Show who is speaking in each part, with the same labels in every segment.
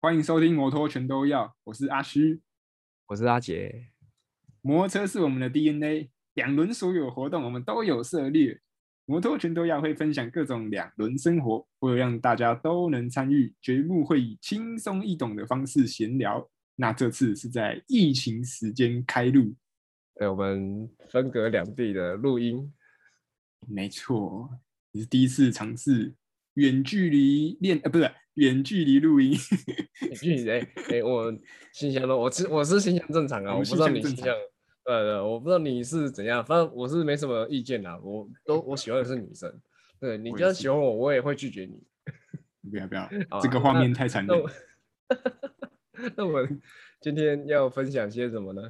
Speaker 1: 欢迎收听《摩托全都要》，我是阿虚。
Speaker 2: 我是阿杰。
Speaker 1: 摩托车是我们的 DNA，两轮所有活动我们都有涉猎。摩托全都要会分享各种两轮生活，为了让大家都能参与，节目会以轻松易懂的方式闲聊。那这次是在疫情时间开录，
Speaker 2: 对，哎我们分隔两地的 录音，
Speaker 1: 没错，你是第一次尝试远距离练，呃，不是远距离录音。
Speaker 2: 你距离哎哎，我形象都我是我是形象正常
Speaker 1: 我
Speaker 2: 啊，我
Speaker 1: 们
Speaker 2: 不知道你
Speaker 1: 形
Speaker 2: 形
Speaker 1: 象正
Speaker 2: 象，呃，对我不知道你是怎样，反正我是没什么意见啦，啊我都我喜欢的是女生，对你
Speaker 1: 我也
Speaker 2: 就算
Speaker 1: 是
Speaker 2: 喜欢我，我也会拒绝你。
Speaker 1: 不要不要，
Speaker 2: 好啊
Speaker 1: 这个画面太残
Speaker 2: 那
Speaker 1: 忍
Speaker 2: 我。 那我今天要分享些什么呢？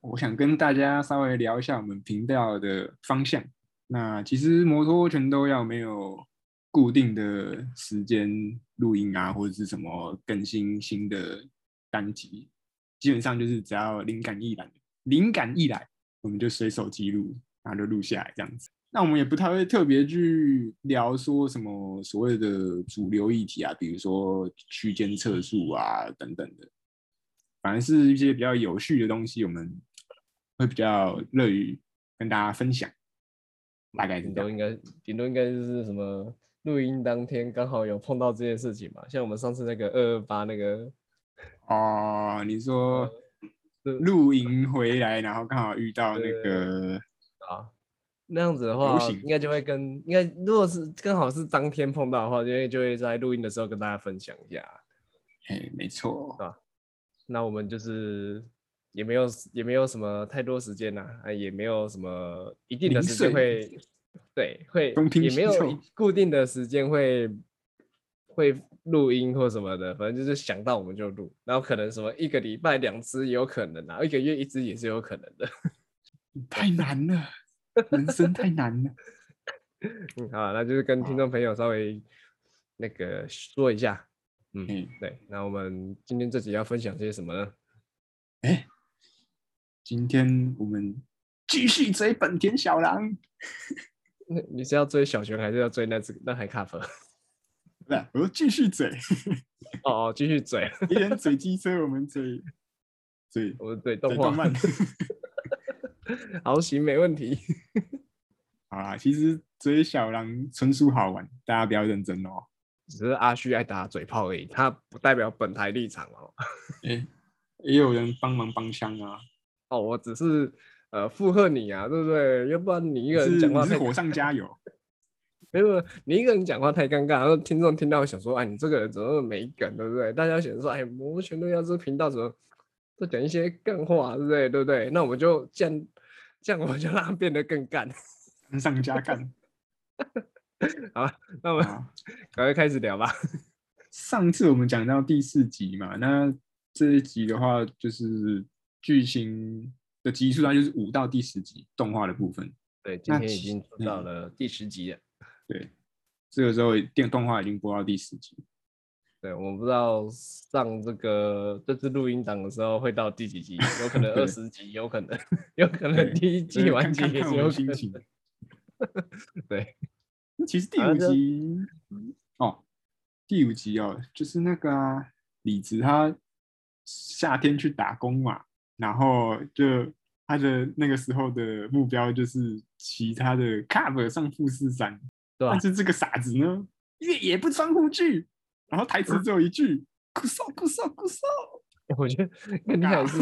Speaker 1: 我想跟大家稍微聊一下我们频道的方向。那其实摩托全都要没有固定的时间录音啊，或者是什么更新新的单集，基本上就是只要灵感一来，灵感一来，我们就随手记录，然后就录下来这样子。那我们也不太会特别去聊说什么所谓的主流议题啊，比如说区间测速啊等等的。反而是一些比较有趣的东西，我们会比较乐于跟大家分享。大概是
Speaker 2: 顶
Speaker 1: 这
Speaker 2: 多
Speaker 1: 样。
Speaker 2: 应该顶多应该就是什么录音当天刚好有碰到这件事情嘛，像我们上次那个二二八那个
Speaker 1: 哦，你说
Speaker 2: 对
Speaker 1: 露营回来，然后刚好遇到那个，
Speaker 2: 啊，那样子的
Speaker 1: 游
Speaker 2: 话，
Speaker 1: 行
Speaker 2: 应该就会跟应该如果是刚好是当天碰到的话，就会就会在录音的时候跟大家分享一下。
Speaker 1: 哎，没错，
Speaker 2: 那我们就是也没有也没有什么太多时间呐、啊，也没有什么一定的
Speaker 1: 零
Speaker 2: 时
Speaker 1: 碎
Speaker 2: 间会，对，会
Speaker 1: 东拼
Speaker 2: 也
Speaker 1: 西
Speaker 2: 没有
Speaker 1: 凑
Speaker 2: 一固定的时间会会录音或什么的，反正就是想到我们就录，然后可能什么一个礼拜两支也有可能啊，一个月一支也是有可能的。
Speaker 1: 太难了，人生太难了。
Speaker 2: 嗯，好啊，那就是跟听众朋友稍微那个说一下，嗯，
Speaker 1: 嗯，
Speaker 2: 对，那我们今天这集要分享些什么呢？
Speaker 1: 哎，今天我们继续追本田小狼，
Speaker 2: 那你是要追小熊还是要追那只那台 cup？
Speaker 1: 不是，我说继续追，
Speaker 2: 哦哦，继续追，
Speaker 1: 别人追机车，我们追追
Speaker 2: 我们
Speaker 1: 追
Speaker 2: 追动画，
Speaker 1: 动漫。
Speaker 2: 好行，没问题。
Speaker 1: 好啦，其实追小狼纯属好玩，大家不要认真哦。
Speaker 2: 只是阿旭爱打嘴炮而已，他不代表本台立场哦。
Speaker 1: 也有人帮忙帮腔啊，
Speaker 2: 哦，我只是呃附和你啊，对不对？要不然你一
Speaker 1: 你
Speaker 2: 个人
Speaker 1: 是
Speaker 2: 讲话
Speaker 1: 你是
Speaker 2: 太
Speaker 1: 火上加油，
Speaker 2: 没有，你一个人讲话太尴尬，然后听众听到会想说，哎，你这个人怎么那么没梗，对不对？大家想说，哎，我们全都要这频道怎么都讲一些干话，对不对？对不对？那我们就这样，这样我们就让它变得更干。
Speaker 1: 上加干
Speaker 2: 那我们
Speaker 1: 啊！
Speaker 2: 赶快开始聊吧。
Speaker 1: 上次我们讲到第四集嘛，那这一集的话就是剧情的集数，它就是五到第十集动画的部分。
Speaker 2: 对，
Speaker 1: 那
Speaker 2: 今天已
Speaker 1: 其
Speaker 2: 经
Speaker 1: 嗯
Speaker 2: 出到了第十集了。
Speaker 1: 这个时候电动画已经播到第十集，
Speaker 2: 对，我不知道上这个这次录音档的时候会到第几集，有可 能
Speaker 1: 对
Speaker 2: 二十集，有可能， 有可
Speaker 1: 对
Speaker 2: 能第一
Speaker 1: 所
Speaker 2: 季
Speaker 1: 以
Speaker 2: 完
Speaker 1: 看
Speaker 2: 结
Speaker 1: 看
Speaker 2: 也
Speaker 1: 看
Speaker 2: 是
Speaker 1: 我
Speaker 2: 有
Speaker 1: 们
Speaker 2: 可
Speaker 1: 心
Speaker 2: 能。
Speaker 1: 情。
Speaker 2: 对，
Speaker 1: 那其实第
Speaker 2: 好啊
Speaker 1: 五
Speaker 2: 嗯那就
Speaker 1: 集哦，第五集哦，就是那个啊、李子他夏天去打工嘛，然后就他的那个时候的目标就是骑他的 cover 上富士山，
Speaker 2: 对吧
Speaker 1: 但？是这个傻子呢，越野不穿护具，然后台词只有一句“酷瘦酷瘦酷瘦 啊
Speaker 2: 我觉得更厉害的是，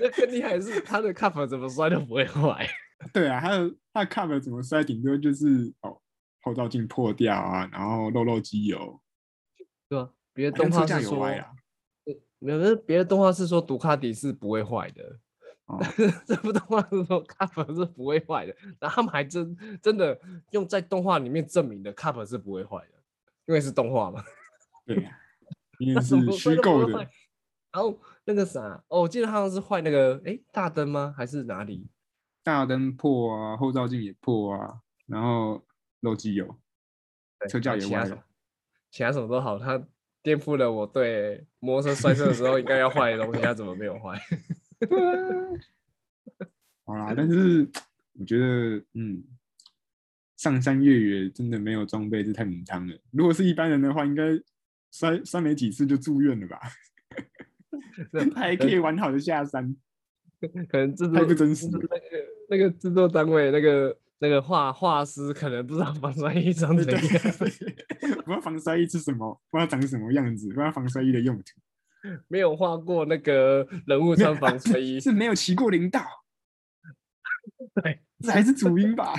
Speaker 2: 那更厉害的是他的 cup 怎么摔都不会坏。”。
Speaker 1: 对啊，他的他的 cover 怎么摔，顶多就是哦后照镜破掉啊，然后漏漏机油，
Speaker 2: 对啊，别的
Speaker 1: 好像车
Speaker 2: 动画
Speaker 1: 架
Speaker 2: 是
Speaker 1: 有
Speaker 2: 说，
Speaker 1: 歪啊。
Speaker 2: 没有，那别的动画是说读卡迪是不会坏的，
Speaker 1: 哦
Speaker 2: 这部动画是说 cup 是不会坏的，然后他们还真真的用在动画里面证明的 cup 是不会坏的，因为是动画嘛，
Speaker 1: 对 呀、因为
Speaker 2: 那
Speaker 1: 是
Speaker 2: 怎么
Speaker 1: 虚
Speaker 2: 摔都
Speaker 1: 构
Speaker 2: 不会坏
Speaker 1: 的，。
Speaker 2: 然后那个啥，哦，我记得他好像是坏那个，哎，大灯吗？还是哪里？
Speaker 1: 大灯破啊，后照镜也破啊，然后漏机油，
Speaker 2: 对
Speaker 1: 车架
Speaker 2: 那
Speaker 1: 也
Speaker 2: 其
Speaker 1: 歪
Speaker 2: 他什
Speaker 1: 了
Speaker 2: 么，，其他什么都好，他颠覆了我对摩托车摔车的时候应该要坏的东西，他怎么没有坏？
Speaker 1: 好啦，但是我觉得，嗯，上山越野真的没有装备是太母汤了。如果是一般人的话，应该摔摔没几次就住院了吧？还可以完好的下山，
Speaker 2: 啊可能制作
Speaker 1: 太不真实
Speaker 2: 那
Speaker 1: 了
Speaker 2: 个。那个制作单位那个那个画画师可能不知道防晒衣长
Speaker 1: 对
Speaker 2: 怎样，
Speaker 1: 对，不知道防摔衣是什么，不知道长什么样子，不知道防摔衣的用途，
Speaker 2: 没有画过那个人物穿防晒衣，
Speaker 1: 是没有骑过林道，
Speaker 2: 对，
Speaker 1: 这还是主因 吧？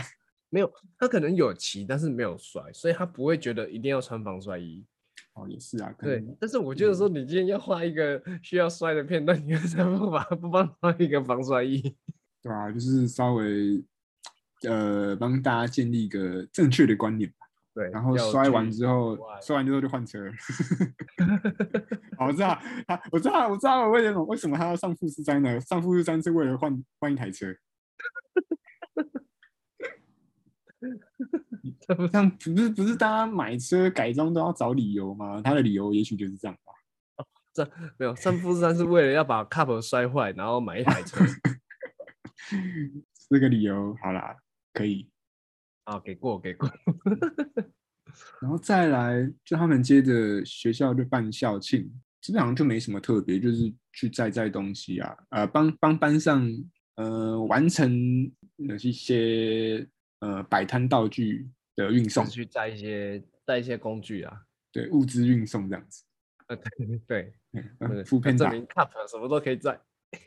Speaker 2: 他可能有骑，但是没有摔，所以他不会觉得一定要穿防晒衣。
Speaker 1: 哦，也是啊，可
Speaker 2: 对
Speaker 1: 能，
Speaker 2: 但是我觉得说你今天要画一个需要摔的片段，你为什么不把不帮他一个防摔衣？
Speaker 1: 对啊，就是稍微呃帮大家建立一个正确的观念吧。
Speaker 2: 对，
Speaker 1: 然后
Speaker 2: 要
Speaker 1: 摔完
Speaker 2: 去
Speaker 1: 之后
Speaker 2: 国外，
Speaker 1: 摔完之后就换 车了。哦我知道，他我知道，我知道为什么为什么他要上富士山呢？上富士山是为了换换一台车，
Speaker 2: 这不是
Speaker 1: 像不是不是大家买车改装都要找理由吗？他的理由也许就是这样吧。
Speaker 2: 没有上富士山是为了要把 cup 摔坏，然后买一 台车
Speaker 1: 这个理由好啦，可以。
Speaker 2: 啊，给过给过。
Speaker 1: 然后再来，就他们接着学校就办校庆，基本上就没什么特别，就是去载载东西啊，呃，帮帮班上呃完成那一些呃摆摊道具的运送
Speaker 2: 就是，去带一些带一些工具啊。
Speaker 1: 对，物资运送这样子。
Speaker 2: 呃，对对，
Speaker 1: 嗯
Speaker 2: 对
Speaker 1: 呃，副片
Speaker 2: 证
Speaker 1: 大
Speaker 2: 明 cup 什么都可以载，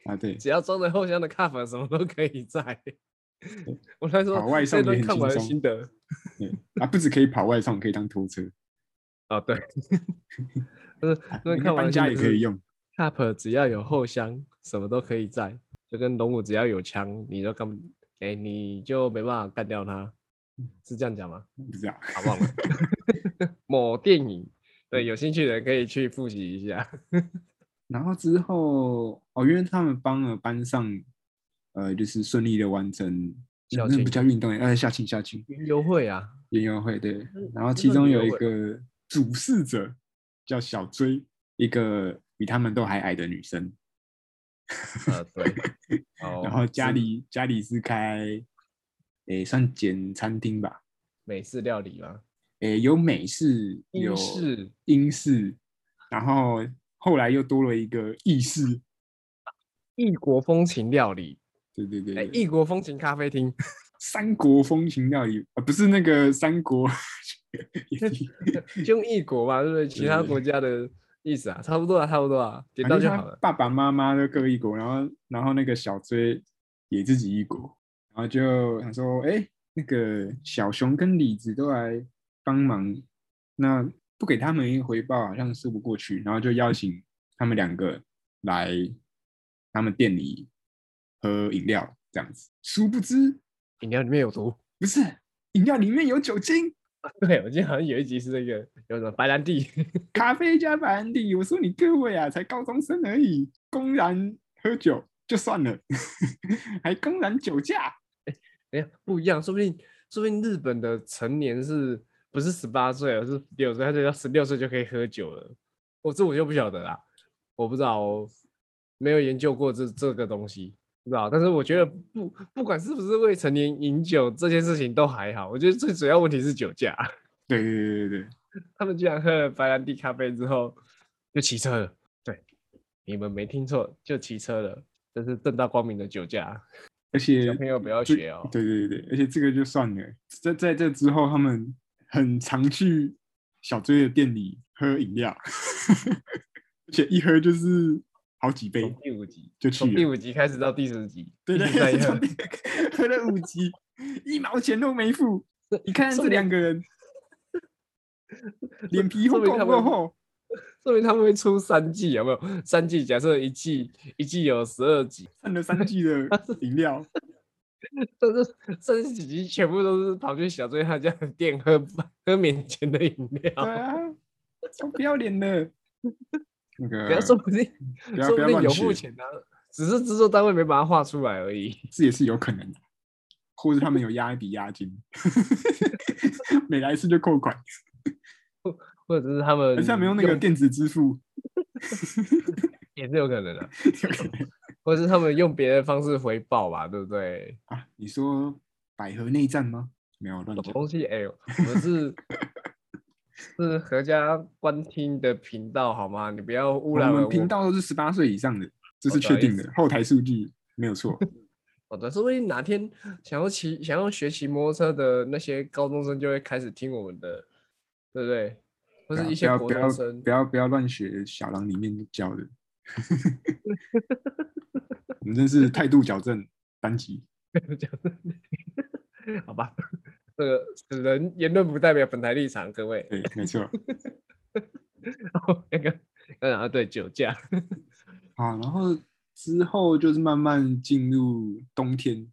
Speaker 1: 啊，对，
Speaker 2: 只要装在后箱的 cup 什么都可以载。 我来说
Speaker 1: 跑外
Speaker 2: 这
Speaker 1: 送
Speaker 2: 段
Speaker 1: 也很
Speaker 2: 看
Speaker 1: 轻
Speaker 2: 完的
Speaker 1: 松
Speaker 2: 心得
Speaker 1: 对啊，不止可以跑外送，可以当拖车，啊
Speaker 2: 啊，对，就是 那
Speaker 1: 应该
Speaker 2: 看完
Speaker 1: 搬
Speaker 2: 的
Speaker 1: 家
Speaker 2: 心
Speaker 1: 也
Speaker 2: 得
Speaker 1: 可
Speaker 2: 是
Speaker 1: 以用。
Speaker 2: cup 只要有后箱，什么都可以载，就跟龙武只要有枪，你就干不，哎、你就没办法干掉他，是这样讲吗？
Speaker 1: 不知道，
Speaker 2: 啊，忘了 某电影，对，有兴趣的人可以去复习一 下。
Speaker 1: 然后之后哦，因为他们帮了班上，呃，就是顺利的完成，
Speaker 2: 校
Speaker 1: 那
Speaker 2: 庆
Speaker 1: 不叫运动员，呃，校庆校庆
Speaker 2: 优惠啊，
Speaker 1: 园游会对
Speaker 2: 嗯，
Speaker 1: 然后
Speaker 2: 这
Speaker 1: 其
Speaker 2: 算
Speaker 1: 中
Speaker 2: 园
Speaker 1: 有
Speaker 2: 游
Speaker 1: 一
Speaker 2: 会
Speaker 1: 个主事者叫小追，一个比他们都还矮的女生，
Speaker 2: 呃， 对，然
Speaker 1: 然后家里家里是开，诶，算简餐厅吧，
Speaker 2: 美式料理吗？
Speaker 1: 诶，有美式，
Speaker 2: 英
Speaker 1: 有
Speaker 2: 式
Speaker 1: 英式，然后后来又多了一个意式，
Speaker 2: 异国风情料理，
Speaker 1: 对对对
Speaker 2: 哎、
Speaker 1: 对
Speaker 2: 异国风情咖 啡厅，
Speaker 1: 三国风情料理，啊，不是那个三国
Speaker 2: 就用异国嘛，对不对？其他
Speaker 1: 对对
Speaker 2: 国家的意思啊，差不多啊，差不多啊，点
Speaker 1: 反
Speaker 2: 到
Speaker 1: 正
Speaker 2: 就
Speaker 1: 他
Speaker 2: 好了。
Speaker 1: 爸爸妈妈都各一国，然后然后那个小追也自己一国，然后就想说，哎、那个小熊跟李子都来帮忙，那不给他们一个回报，好像说不过去，然后就邀请他们两个来他们店里喝饮料，这样子。殊不知，
Speaker 2: 饮料里面有毒，
Speaker 1: 不是饮料里面有酒精，
Speaker 2: 对我记得好像有一集是那个有什么白兰地，
Speaker 1: 咖啡加白兰地。我说你各位啊，才高中生而已，公然喝酒就算了， 还公然酒驾。
Speaker 2: 哎呀，不一样，说不定说不定日本的成年是不是十八岁，而是有岁，他就到十六岁就可以喝酒了。我这我就不晓得啦，我不知道哦，没有研究过这这个东西，不知道。但是我觉得不不管是不是未成年饮酒这件事情都还好，我觉得最主要问题是酒驾。
Speaker 1: 对对对对对，
Speaker 2: 他们居然喝了白兰地咖啡之后就骑车了，对，你们没听错，就骑车了，这是正大光明的酒驾，
Speaker 1: 而且
Speaker 2: 小朋友不要
Speaker 1: 这
Speaker 2: 学哦。
Speaker 1: 对对对，而且这个就算了，在在这之后，他们很常去小追的店里喝饮料， 而且一喝就是好几杯
Speaker 2: 从，第五集
Speaker 1: 就
Speaker 2: 从
Speaker 1: 去
Speaker 2: 第
Speaker 1: 了
Speaker 2: 五集开始到第十集，
Speaker 1: 对
Speaker 2: 一
Speaker 1: 对
Speaker 2: 直在
Speaker 1: 对，
Speaker 2: 喝
Speaker 1: 从第喝了五级，一毛钱都没付。你看看这
Speaker 2: 说明
Speaker 1: 两个人， 脸皮
Speaker 2: 说
Speaker 1: 厚
Speaker 2: 明
Speaker 1: 够
Speaker 2: 他
Speaker 1: 不
Speaker 2: 们
Speaker 1: 厚？
Speaker 2: 说明他们会出 三季，有没有？三季假设一季一季有十二集，
Speaker 1: 剩了三季的饮 料，
Speaker 2: 但是三十几集全部都是跑去小醉他家的店喝 喝免钱的饮
Speaker 1: 对
Speaker 2: 料，
Speaker 1: 啊，超不要脸的。 那个
Speaker 2: 不要说不定
Speaker 1: 不要不
Speaker 2: 说不
Speaker 1: 要
Speaker 2: 定
Speaker 1: 乱
Speaker 2: 有付
Speaker 1: 学，
Speaker 2: 钱啊，只是制作单位没把它画出来而已。
Speaker 1: 这也是有可能的，或者他们有压一笔押金， 每来一次就扣款，
Speaker 2: 或者是他们
Speaker 1: 而且他们用那个电子支付，
Speaker 2: 也是有可能的、
Speaker 1: 有可能
Speaker 2: 或者是他们用别的方式回报吧，对不对？
Speaker 1: 啊？你说百合内战吗？没有乱
Speaker 2: 什
Speaker 1: 讲
Speaker 2: 么，东西？哎、呦，我们是是合家观听的频道好吗？你不要污
Speaker 1: 我
Speaker 2: 染了
Speaker 1: 们
Speaker 2: 我
Speaker 1: 频道都是十八岁以上的，这
Speaker 2: 哦
Speaker 1: 是
Speaker 2: 不
Speaker 1: 确
Speaker 2: 好意
Speaker 1: 定的，后台数据没有 错。
Speaker 2: 好的，说不定哪天想要骑、想要学骑摩托车的那些高中生就会开始听我们的，对不对？或
Speaker 1: 对啊
Speaker 2: 是一
Speaker 1: 不
Speaker 2: 些
Speaker 1: 要
Speaker 2: 国
Speaker 1: 不要
Speaker 2: 中生
Speaker 1: 不，要不要乱学小狼里面教的。 我们真是态度矫正班级，
Speaker 2: 好吧？ 这个此人言论不代表本台立场，各位。
Speaker 1: 对，没错。
Speaker 2: 哦，那个，嗯啊，对，酒驾。
Speaker 1: 好，然后之后就是慢慢进入冬天，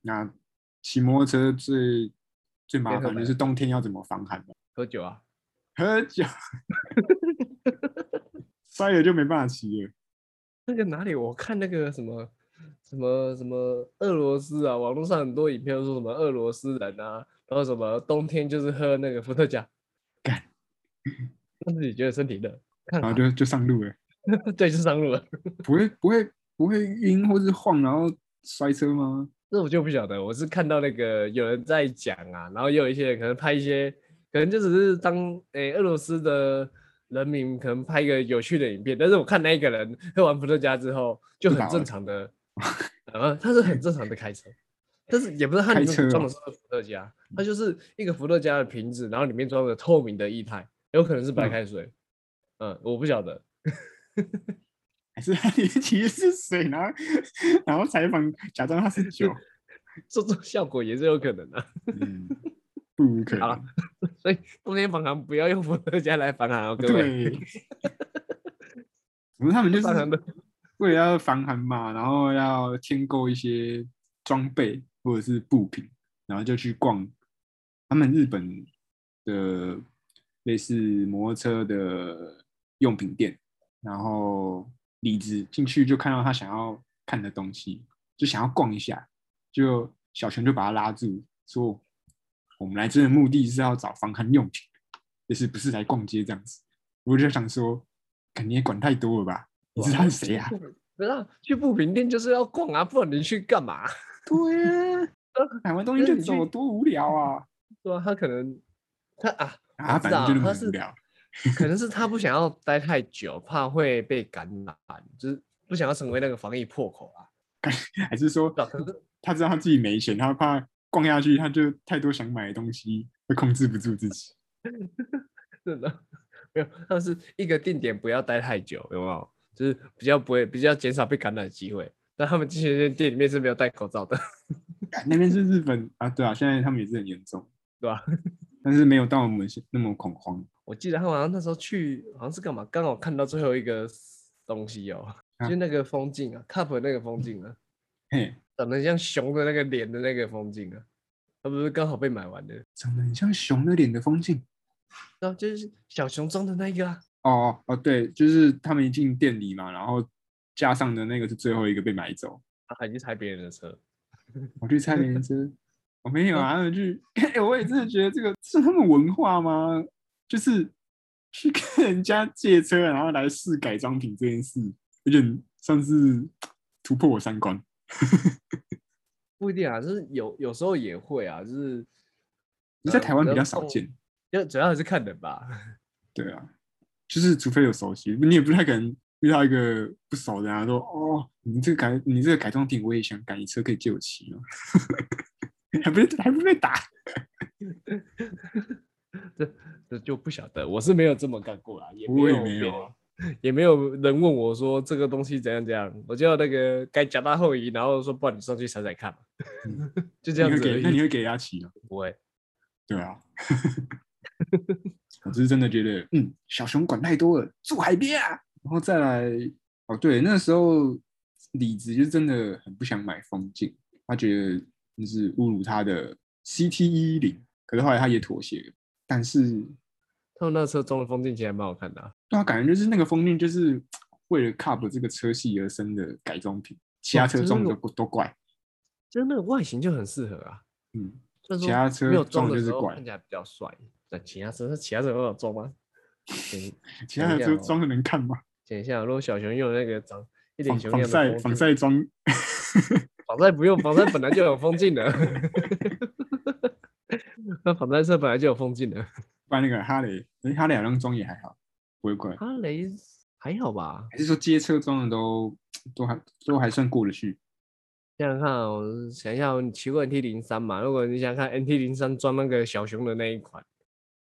Speaker 1: 那骑摩托车最最麻
Speaker 2: 边喝
Speaker 1: 烦
Speaker 2: 白
Speaker 1: 就是冬天要怎么防寒吧？
Speaker 2: 喝酒啊，
Speaker 1: 喝 酒， 摔了就没办法骑了。
Speaker 2: 那个哪里？我看那个什么什么什么俄罗斯啊，网络上很多影片都说什么俄罗斯人啊，然后什么冬天就是喝那个伏特加，
Speaker 1: 干，
Speaker 2: 让自己觉得身体热， 看
Speaker 1: 然后
Speaker 2: 好，
Speaker 1: 就就上路了，
Speaker 2: 对，就上路了。啊
Speaker 1: 不会不会不会晕或是晃，然后摔车吗？
Speaker 2: 这我就不晓得，我是看到那个有人在讲啊，然后也有一些人可能拍一些，可能就只是当诶、俄罗斯的人民可能拍一个有趣的影片，但是我看那一个人喝完伏特加之后就
Speaker 1: 就
Speaker 2: 很
Speaker 1: 倒
Speaker 2: 正
Speaker 1: 了
Speaker 2: 常 的，呃，他是很正常的开车，但是也不是他里
Speaker 1: 开
Speaker 2: 面
Speaker 1: 车嗯
Speaker 2: 装
Speaker 1: 哦
Speaker 2: 的是不是伏特加，它就是一个伏特加的瓶子，然后里面装着透明的液态，有可能是白
Speaker 1: 嗯
Speaker 2: 开水，嗯，我不晓得，
Speaker 1: 还是他里面其实是水，然后然后采访假装他是酒，
Speaker 2: 这种效果也是有可能啊的、
Speaker 1: 嗯，不无可
Speaker 2: 好
Speaker 1: 能
Speaker 2: 了。所以冬天防寒不要用伏特加来防寒哦，各位。
Speaker 1: 对，可是他们就
Speaker 2: 防寒
Speaker 1: 是
Speaker 2: 的
Speaker 1: 为了要防寒嘛，然后要添购一些装备或者是布品，然后就去逛他们日本的类似摩托车的用品店，然后李子进去就看到他想要看的东西，就想要逛一下，就小泉就把他拉住，说：“我们来这的目的是要找防寒用品，就是不是来逛街这样子。”我就想说，肯定也管太多了吧？你知道他是谁呀、啊？
Speaker 2: 不是啊，去不平店就是要逛啊， 不然你去干嘛？
Speaker 1: 对呀、 买完东西就走，多无聊啊！
Speaker 2: 对啊，他可能他啊，
Speaker 1: 啊，
Speaker 2: 我知
Speaker 1: 反
Speaker 2: 道
Speaker 1: 正就那么
Speaker 2: 他
Speaker 1: 无
Speaker 2: 是
Speaker 1: 聊。
Speaker 2: 可能是他不想要待太久，怕会被感染，就是不想要成为那个防疫破口啊。
Speaker 1: 还是说
Speaker 2: 不知道可能是
Speaker 1: 他知道他自己没钱，他怕逛下去，他就太多想买的东西，会控制不住自己。
Speaker 2: 真的没有，他是一个定点不要待太久，有没有？就是比较不会，比较减少被感染的机会。但他们进去那间店里面是没有戴口罩的，
Speaker 1: 干那边是日本啊，对啊，现在他们也是很严重，
Speaker 2: 对吧、
Speaker 1: 但是没有到我们现那么恐慌。
Speaker 2: 我记得他好像那时候去，好像是干嘛？刚好看到最后一个东西哦，
Speaker 1: 啊
Speaker 2: 就是那个风景啊，cup 的那个风景啊，
Speaker 1: 嘿，
Speaker 2: 长得像熊的那个脸的那个风景啊，它不是刚好被买完的，
Speaker 1: 长得很像熊的脸的风景。
Speaker 2: 然后就是小熊装的那一个啊，
Speaker 1: 哦哦，对，就是他们一进店里嘛，然后架上的那个是最后一个被买走。
Speaker 2: 他还去拆别人的车，
Speaker 1: 我去猜名字，我没有啊，我去，哎、我也真的觉得这个是他们文化吗？就是去跟人家借车，然后来试改装品这件事，有点算是突破我三观。
Speaker 2: 不一定啊，就是有有时候也会啊，就是
Speaker 1: 你在
Speaker 2: 呃
Speaker 1: 台湾比
Speaker 2: 能
Speaker 1: 较少
Speaker 2: 动
Speaker 1: 见，
Speaker 2: 就主要还是看人吧，
Speaker 1: 对啊，就是除非有熟悉，你也不太可能遇到一个不熟的啊，说哦，你这个改你这个改装品我也想改，你车可以借我骑吗？ 还不是还不被打？
Speaker 2: 这就不晓得，我是没有这么干过啦，也没
Speaker 1: 我也
Speaker 2: 有
Speaker 1: 没
Speaker 2: 别
Speaker 1: 有啊，
Speaker 2: 也没有人问我说这个东西怎样怎样，我就那个该夹到后移，然后说不然你上去踩踩看嘛，
Speaker 1: 嗯
Speaker 2: 就这
Speaker 1: 你
Speaker 2: 样
Speaker 1: 会
Speaker 2: 子而
Speaker 1: 给那你
Speaker 2: 已，
Speaker 1: 会给他骑吗？
Speaker 2: 不会。
Speaker 1: 对 啊，我只是真的觉得，嗯，小熊管太多了，住海边啊，然后再来，哦，对，那时候李子就真的很不想买风镜，他觉得那是侮辱他的 CT 一零，可是后来他也妥协了，但是
Speaker 2: 他们那车装的风景其实还蛮好看的、啊，
Speaker 1: 对啊，感觉就是那个封面就是为了 Cup 这个车系而生的改装品，其他
Speaker 2: 哇
Speaker 1: 车
Speaker 2: 真
Speaker 1: 装
Speaker 2: 的
Speaker 1: 的都都怪，
Speaker 2: 就是那个外形就很适合啊。
Speaker 1: 嗯，
Speaker 2: 虽然
Speaker 1: 其
Speaker 2: 说
Speaker 1: 他车
Speaker 2: 没有
Speaker 1: 装的
Speaker 2: 装的
Speaker 1: 就是
Speaker 2: 时候
Speaker 1: 怪
Speaker 2: 看起来比较帅，但其他车那其他车有办法装吗？剪
Speaker 1: 其他的
Speaker 2: 想
Speaker 1: 车
Speaker 2: 一下哦
Speaker 1: 装的能看吗？
Speaker 2: 剪一下，如果小熊用那个长一
Speaker 1: 防
Speaker 2: 脸熊
Speaker 1: 防
Speaker 2: 样的
Speaker 1: 晒
Speaker 2: 风
Speaker 1: 防
Speaker 2: 镜
Speaker 1: 晒装。
Speaker 2: 防晒不用，防晒本来就有风镜的。那防晒车本来就有风镜的，
Speaker 1: 不然那个哈雷，诶哈雷好像装也还好，不会怪。
Speaker 2: 哈雷还好吧？
Speaker 1: 还是说街车装的都都还都还算过得去？
Speaker 2: 想想看哦，我想一下哦，你骑过 NT 零三嘛？如果你想看 NT 零三装那个小熊的那一款，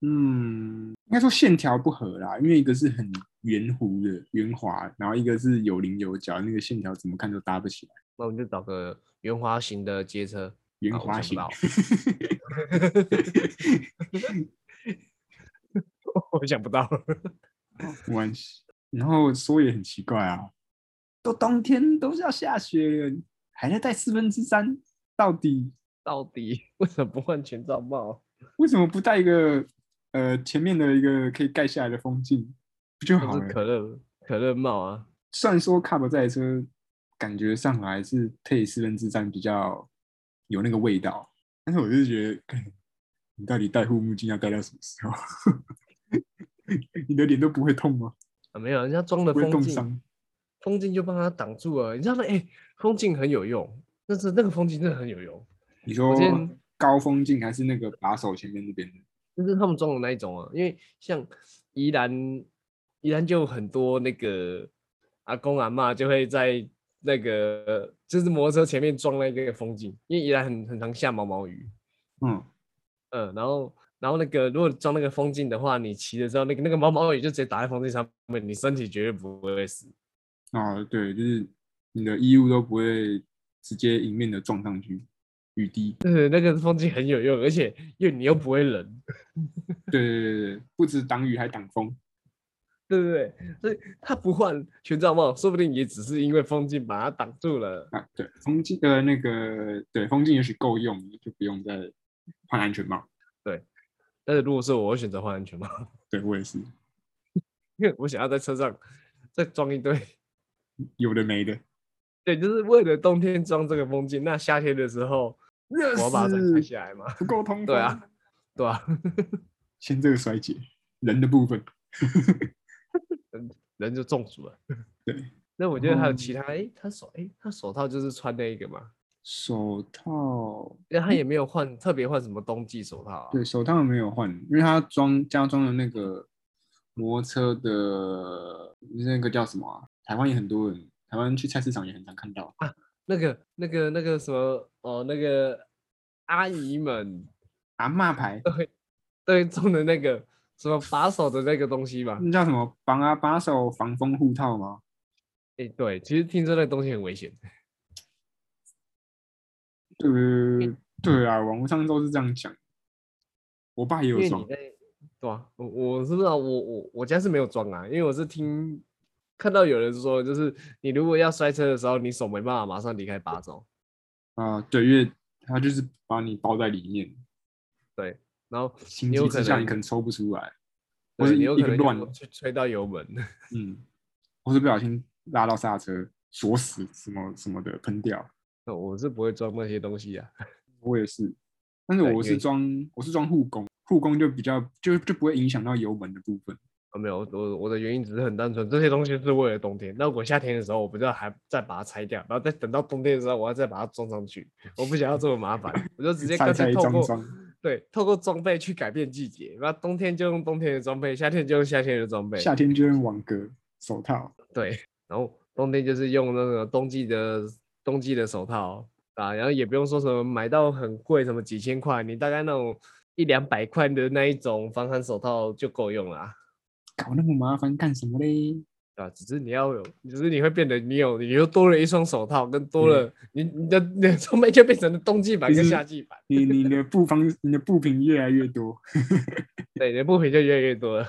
Speaker 1: 嗯，应该说线条不合啦，因为一个是很圆弧的圆滑，然后一个是有棱有角，那个线条怎么看都搭不起来。
Speaker 2: 那我们就找个圆滑型的街车，
Speaker 1: 圆
Speaker 2: 啊我
Speaker 1: 滑
Speaker 2: 想不
Speaker 1: 型，
Speaker 2: 到 我想不到。
Speaker 1: 没关系。然后说也很奇怪啊，都冬天都是要下雪了，还在带四分之三，到底
Speaker 2: 到底为什么不换全罩帽？
Speaker 1: 为什么不带一个呃前面的一个可以盖下来的风镜不就
Speaker 2: 就
Speaker 1: 好
Speaker 2: 是
Speaker 1: 了？
Speaker 2: 可乐可乐帽啊，
Speaker 1: 虽然说 Cup 这台车感觉上来是配四分之三比较有那个味道，但是我就觉得，干你到底戴护目镜要戴到什么时候？ 你的脸都不会痛吗？
Speaker 2: 啊没有，人家装
Speaker 1: 不
Speaker 2: 的
Speaker 1: 会
Speaker 2: 风
Speaker 1: 冻
Speaker 2: 镜，
Speaker 1: 伤？
Speaker 2: 风镜就帮他挡住了。你知道那哎、风镜很有用，那是那个风镜真的很有用，
Speaker 1: 你说
Speaker 2: 之前
Speaker 1: 高风镜还是那个把手前面那边的？
Speaker 2: 就是他们装的那一种啊。因为像宜兰，宜兰就有很多那个阿公阿嬷就会在那个就是摩托车前面装那个风镜，因为宜兰很很常下毛毛雨，
Speaker 1: 嗯，
Speaker 2: 嗯，然后然后那个如果装那个风镜的话，你骑的时候那个那个毛毛雨就直接打在风镜上面，你身体绝对不会死。
Speaker 1: 哦，对，就是你的衣物都不会直接迎面的撞上去，雨滴。
Speaker 2: 对，那个风镜很有用，而且又你又不会冷，
Speaker 1: 对对对对，不止挡雨还挡风。
Speaker 2: 对不对？所以他不换全罩帽，说不定也只是因为风镜把它挡住了。
Speaker 1: 啊，对，风镜的那个，对，风镜也许够用，就不用再换安全帽。
Speaker 2: 但是如果是我，我会选择换安全帽，
Speaker 1: 对我也是，
Speaker 2: 因为我想要在车上再装一堆。
Speaker 1: 有的没的，
Speaker 2: 对，就是为了冬天装这个风镜，那夏天的时候
Speaker 1: 热
Speaker 2: 我要把它再拆
Speaker 1: 死
Speaker 2: 下来嘛，
Speaker 1: 不够通风。
Speaker 2: 对啊，对吧、
Speaker 1: 先这个衰竭，人的部分，
Speaker 2: 人就中暑了。
Speaker 1: 对。 哦
Speaker 2: 那我觉得还有其他，诶，他手，诶，他手套就是穿那一个嘛，
Speaker 1: 手套，
Speaker 2: 因为他也没有换特别换什么冬季手套啊。
Speaker 1: 对，手套没有换，因为它装加装了那个摩托车的那个叫什么啊？台湾也很多人，台湾去菜市场也很常看到。
Speaker 2: 那个、那个、那个什么哦，那个阿姨们
Speaker 1: 阿嬷牌，
Speaker 2: 对种的那个什么把手的那个东西吧？
Speaker 1: 那叫什么防啊把手防风护套吗？
Speaker 2: 哎、对，其实听说那个东西很危险。嗯
Speaker 1: 呃，对啊，网络上都是这样讲。我爸也
Speaker 2: 因
Speaker 1: 有
Speaker 2: 为
Speaker 1: 装
Speaker 2: 你，在对啊，我我是不知道，我我我家是没有装啊，因为我是听看到有人说，就是你如果要摔车的时候，你手没办法马上离开把手，
Speaker 1: 啊、对，因为他就是把你包在里面，
Speaker 2: 然后
Speaker 1: 情
Speaker 2: 你
Speaker 1: 急
Speaker 2: 有
Speaker 1: 之
Speaker 2: 可
Speaker 1: 下你
Speaker 2: 能
Speaker 1: 可能抽不出来， 或
Speaker 2: 对
Speaker 1: 者
Speaker 2: 你
Speaker 1: 一
Speaker 2: 有可
Speaker 1: 一个
Speaker 2: 能
Speaker 1: 乱，
Speaker 2: 去吹到油门。
Speaker 1: 嗯，或者不小心拉到刹车锁死什么什么的喷掉。
Speaker 2: 那我是不会装那些东西啊。
Speaker 1: 我也是，但是
Speaker 2: 对
Speaker 1: 我
Speaker 2: 因
Speaker 1: 是
Speaker 2: 为
Speaker 1: 装我是装护工，护工就比较就就不会影响到油门的部分。
Speaker 2: 啊，没有，我我的原因只是很单纯，这些东西是为了冬天。那我夏天的时候，我不知道还再把它拆掉，然后再等到冬天的时候，我要再把它装上去。我不想要这么麻烦，我就直接
Speaker 1: 拆
Speaker 2: 干脆
Speaker 1: 拆
Speaker 2: 透
Speaker 1: 装
Speaker 2: 过
Speaker 1: 装，
Speaker 2: 对透过装备去改变季节。那冬天就用冬天的装备，夏天就用夏天的装备。
Speaker 1: 夏天就用网格手套，
Speaker 2: 对，然后冬天就是用那个冬季的冬季的手套啊，然后也不用说什么买到很贵，什么几千块，你大概那种一两百块的那一种防寒手套就够用了、啊。
Speaker 1: 搞那么麻烦干什么嘞？
Speaker 2: 对啊，只是你要有，只是你会变得你有，你又多了一双手套，跟多
Speaker 1: 嗯
Speaker 2: 了、你你的你的装备就变成了冬季版
Speaker 1: 就
Speaker 2: 跟
Speaker 1: 是
Speaker 2: 夏季版，
Speaker 1: 你 你的布方你的布品越来越多，
Speaker 2: 对，你的布匹就越来越多了。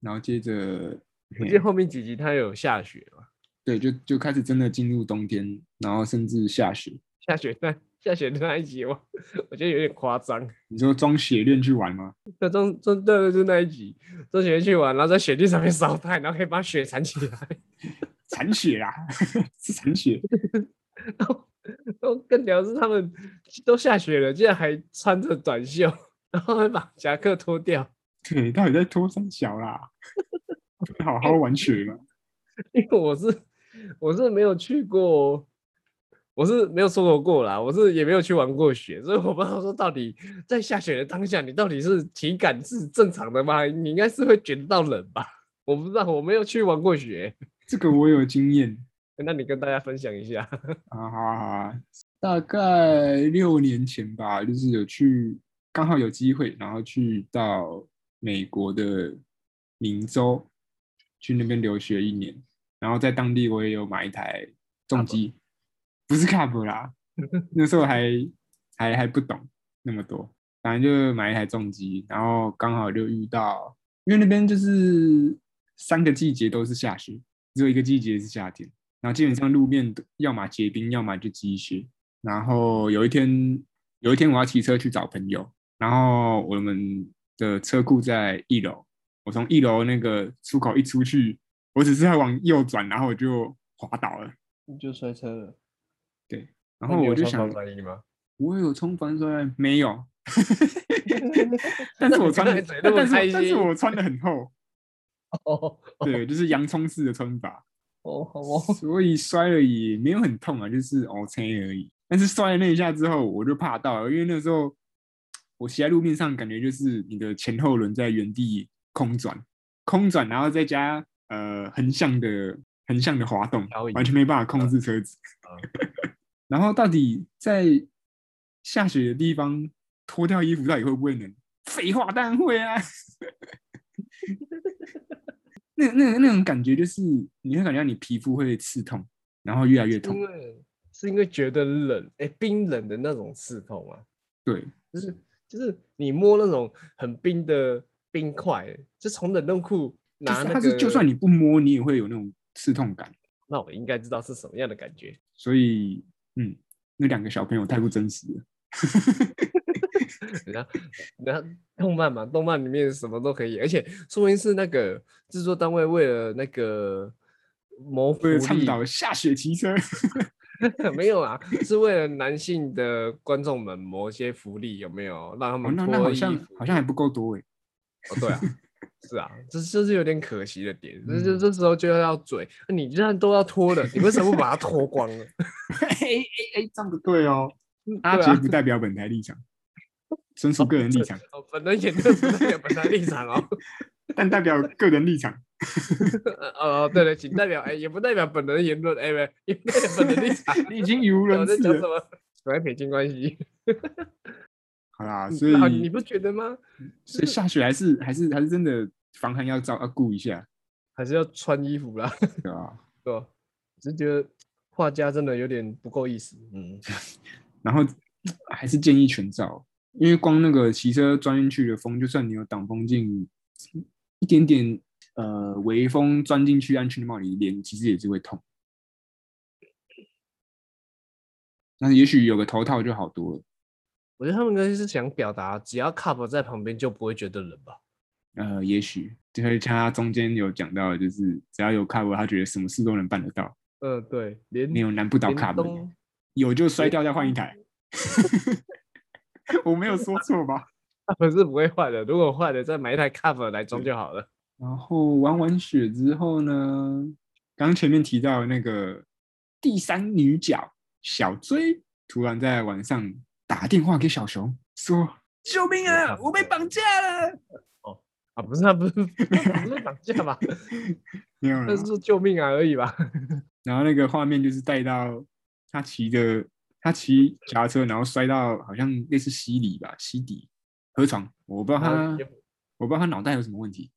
Speaker 1: 然后接着
Speaker 2: 我
Speaker 1: 嘿
Speaker 2: 记得后面几集它有下雪嘛，
Speaker 1: 对，就就开始真的进入冬天，然后甚至下雪。
Speaker 2: 下雪那下雪的那一集我我觉得有点夸张。
Speaker 1: 你说装雪链去玩吗？
Speaker 2: 那中中对对就那一集，中学去玩，然后在雪地上面烧炭，然后可以把雪铲起来，
Speaker 1: 铲雪啦， 是铲雪。
Speaker 2: 然后然后更屌的是他们都下雪了，竟然还穿着短袖，然后还把夹克脱掉。
Speaker 1: 对，到底在拖三小啦？ 不能好好玩雪吗？
Speaker 2: 因为我是我是没有去过我是没有出国过啦，我是也没有去玩过雪，所以我不知道说到底在下雪的当下，你到底是体感是正常的吗？你应该是会觉得到冷吧？我不知道，我没有去玩过雪。
Speaker 1: 这个我有经验
Speaker 2: 那你跟大家分享一下。
Speaker 1: 啊，好啊好啊，大概六年前吧，就是有去，刚好有机会，然后去到美国的明州，去那边留学一年，然后在当地我也有买一台重机，不是 Cup 啦，那时候还还还不懂那么多，反正就买一台重机，然后刚好就遇到，因为那边就是三个季节都是下雪，只有一个季节是夏天。然后基本上路面都要么结冰，要么就积雪。然后有一天，有一天我要骑车去找朋友，然后我们的车库在一楼，我从一楼那个出口一出去，我只是要往右转，然后我就滑倒了。
Speaker 2: 你 就摔车了，
Speaker 1: 然后我就想，
Speaker 2: 摔衣吗？
Speaker 1: 我有冲防摔没 有？但是我穿
Speaker 2: 那你
Speaker 1: 的，
Speaker 2: 刚才嘴那么
Speaker 1: 但
Speaker 2: 开
Speaker 1: 是但是
Speaker 2: 心
Speaker 1: 我穿的很厚，
Speaker 2: 哦
Speaker 1: 对，就是洋葱式的穿法。
Speaker 2: 哦，好 哦，
Speaker 1: 所以摔了也没有很痛啊，就是哦蹭而已。但是摔了那一下之后，我就怕到了，因为那时候我骑在路面上，感觉就是你的前后轮在原地空转，空转，然后再加呃横向的横向的滑动
Speaker 2: 漂移，
Speaker 1: 完全没办法
Speaker 2: 嗯
Speaker 1: 控制车子。 然后到底在下雪的地方脱掉衣服，到底会不会冷？废话，当然会啊！那那那种感觉就是，你会感觉到你皮肤会刺痛，然后越来越
Speaker 2: 是
Speaker 1: 痛
Speaker 2: 因。为是因为觉得冷，哎、冰冷的那种刺痛啊，
Speaker 1: 对，
Speaker 2: 就是就是你摸那种很冰的冰块，就从冷冻库
Speaker 1: 就
Speaker 2: 拿
Speaker 1: 是
Speaker 2: 那
Speaker 1: 它
Speaker 2: 个，
Speaker 1: 是就算你不摸，你也会有那种刺痛感。
Speaker 2: 那我应该知道是什么样的感觉。
Speaker 1: 所以，嗯，那两个小朋友太不真实了。
Speaker 2: 然后，然后动漫嘛，动漫里面什么都可以，而且说明是那个制作单位为了那个谋福
Speaker 1: 为了倡
Speaker 2: 利，嗯
Speaker 1: 导下雪骑车，
Speaker 2: 没有啊，是为了男性的观众们谋一些福利，有没有？让他
Speaker 1: 哦
Speaker 2: 们
Speaker 1: 那
Speaker 2: 脱
Speaker 1: 那好
Speaker 2: 衣
Speaker 1: 像
Speaker 2: 服
Speaker 1: 好像还不够多 哎。
Speaker 2: 哦，对啊， 是啊，这就是有点可惜的点，这就
Speaker 1: 嗯
Speaker 2: 这时候就要嘴，啊你既然都要脱了，你为什么不把它脱光呢？
Speaker 1: 哎哎哎，这样不对哦。阿
Speaker 2: 对
Speaker 1: 杰
Speaker 2: 啊，
Speaker 1: 不代表本台立场，纯属个人 立场，
Speaker 2: 哦本人也就是不代表本台立场哦，
Speaker 1: 但代表个人立场。
Speaker 2: 呃，对了，仅代表哎，也不代表本人言论，哎，不也不代表本人立 场。
Speaker 1: 你已经语无
Speaker 2: 我
Speaker 1: 伦
Speaker 2: 在
Speaker 1: 次
Speaker 2: 讲什
Speaker 1: 了。
Speaker 2: 么？拐撇清关系，
Speaker 1: 好啦，啊所
Speaker 2: 嗯那你
Speaker 1: 以
Speaker 2: 不觉得吗？
Speaker 1: 所以下雪还是还是还是真的防寒要照要顾一下，
Speaker 2: 还是要穿衣服啦，
Speaker 1: 对吧？
Speaker 2: 对吧？只是觉得画家真的有点不够意思，嗯，
Speaker 1: 然后还是建议全罩，因为光那个骑车钻进去的风，就算你有挡风镜，一点点呃微风钻进去安全帽里，脸其实也是会痛。但是也许有个头套就好多了。
Speaker 2: 我觉得他们应该是想表达，只要 cup 在旁边就不会觉得冷吧。
Speaker 1: 呃，也许就是他中间有讲到，就是只要有 cover，他觉得什么事都能办得到，
Speaker 2: 嗯、对，连
Speaker 1: 没有难不倒啊
Speaker 2: 连
Speaker 1: cover，
Speaker 2: 冬
Speaker 1: 有就摔掉再换一台。 我没有说错吧？
Speaker 2: cup 是不会坏的，如果坏了再买一台 cup 来装就好了。
Speaker 1: 然后玩完雪之后呢，刚前面提到那个第三女角小追，突然在晚上打电话给小熊说：“救命啊！我被绑架了
Speaker 2: 啊，不是啊，不是，不是绑架吧？！”
Speaker 1: 没有
Speaker 2: 那
Speaker 1: 了
Speaker 2: 是。说救命啊而已吧。
Speaker 1: 然后那个画面就是带到他骑着他骑脚踏车，然后摔到好像类似溪里吧，溪底河床，我不知道
Speaker 2: 然后
Speaker 1: 他
Speaker 2: 也
Speaker 1: 我不知道他脑袋有什么问题。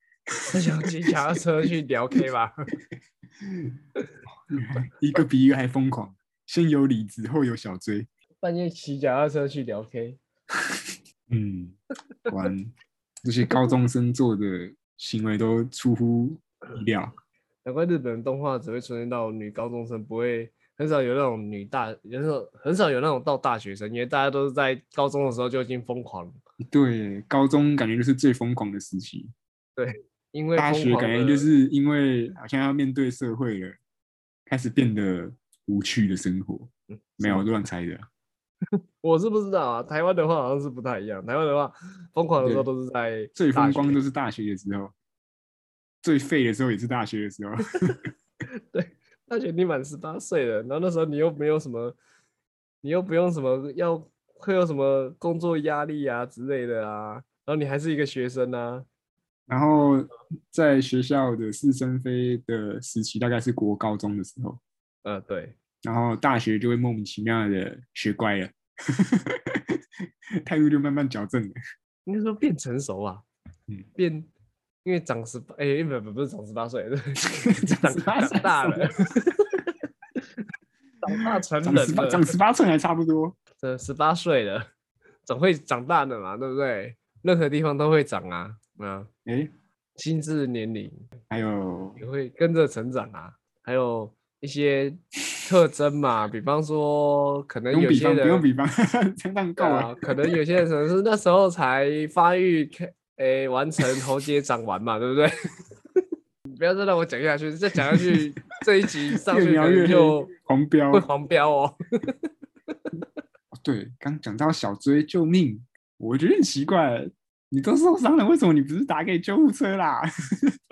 Speaker 2: 他想骑脚踏车去聊 K 吧。
Speaker 1: 一个比一个还疯狂，先有李子，后有小追。
Speaker 2: 半夜骑脚踏车去聊 K，
Speaker 1: 嗯，玩这些高中生做的行为都出乎意料。
Speaker 2: 难怪日本动画只会出现到女高中生，不会很少有那种女大，很少很少有那种到大学生，因为大家都是在高中的时候就已经疯狂了，
Speaker 1: 对，高中感觉就是最疯狂的时期，
Speaker 2: 因为
Speaker 1: 大
Speaker 2: 疯
Speaker 1: 学
Speaker 2: 狂
Speaker 1: 感觉
Speaker 2: 的
Speaker 1: 就是因为好像要面对社会了，开始变得无趣的生活。
Speaker 2: 嗯
Speaker 1: 没有乱猜的，
Speaker 2: 我是不知道啊，台湾的话好像是不太一样，台湾的话疯狂的时候
Speaker 1: 对
Speaker 2: 都是在
Speaker 1: 最
Speaker 2: 大
Speaker 1: 风光
Speaker 2: 学
Speaker 1: 都是大学的时候，最废的时候也是大学 的时候。
Speaker 2: 大学你满十八岁了，然后那时候你又没有什么你又不用什么要会有什么工作压力啊之类的啊，然后你还是一个学生啊，
Speaker 1: 然后在学校的试生飞的时期，大概是国高中的时候，
Speaker 2: 呃，对，
Speaker 1: 然后大学就会莫名其妙的学乖了， 态度就慢慢矫正了。
Speaker 2: 应该说变成熟啊，
Speaker 1: 嗯，
Speaker 2: 变，因为长十八，哎，不不不是长十八岁，
Speaker 1: 长
Speaker 2: 长
Speaker 1: 18
Speaker 2: 长大了，长大成
Speaker 1: 长
Speaker 2: 人
Speaker 1: 十八
Speaker 2: 了，
Speaker 1: 长十八寸还差不多，
Speaker 2: 这十八岁了，总会长大的嘛，对不对？任何地方都会长啊，啊，
Speaker 1: 哎，
Speaker 2: 心智年龄
Speaker 1: 还有
Speaker 2: 也会跟着成长啊，还有一些特征嘛，比方说可
Speaker 1: 不
Speaker 2: 能
Speaker 1: 用
Speaker 2: 有
Speaker 1: 比
Speaker 2: 些
Speaker 1: 方，不
Speaker 2: 人
Speaker 1: 用比方， 这样够
Speaker 2: 对
Speaker 1: 了
Speaker 2: 啊，。可能有些人可能是那时候才发育，开，诶，完成喉结长完嘛，对不 对？你不要再让我讲下去，再讲下去这一集上
Speaker 1: 越
Speaker 2: 去
Speaker 1: 描
Speaker 2: 可
Speaker 1: 越
Speaker 2: 能
Speaker 1: 黑哦
Speaker 2: 就，
Speaker 1: 黄标
Speaker 2: 会。黄标哦。
Speaker 1: 对，刚讲到小追，救命！我觉得很奇怪，你都受伤了，为什么你不是打给救护车啦？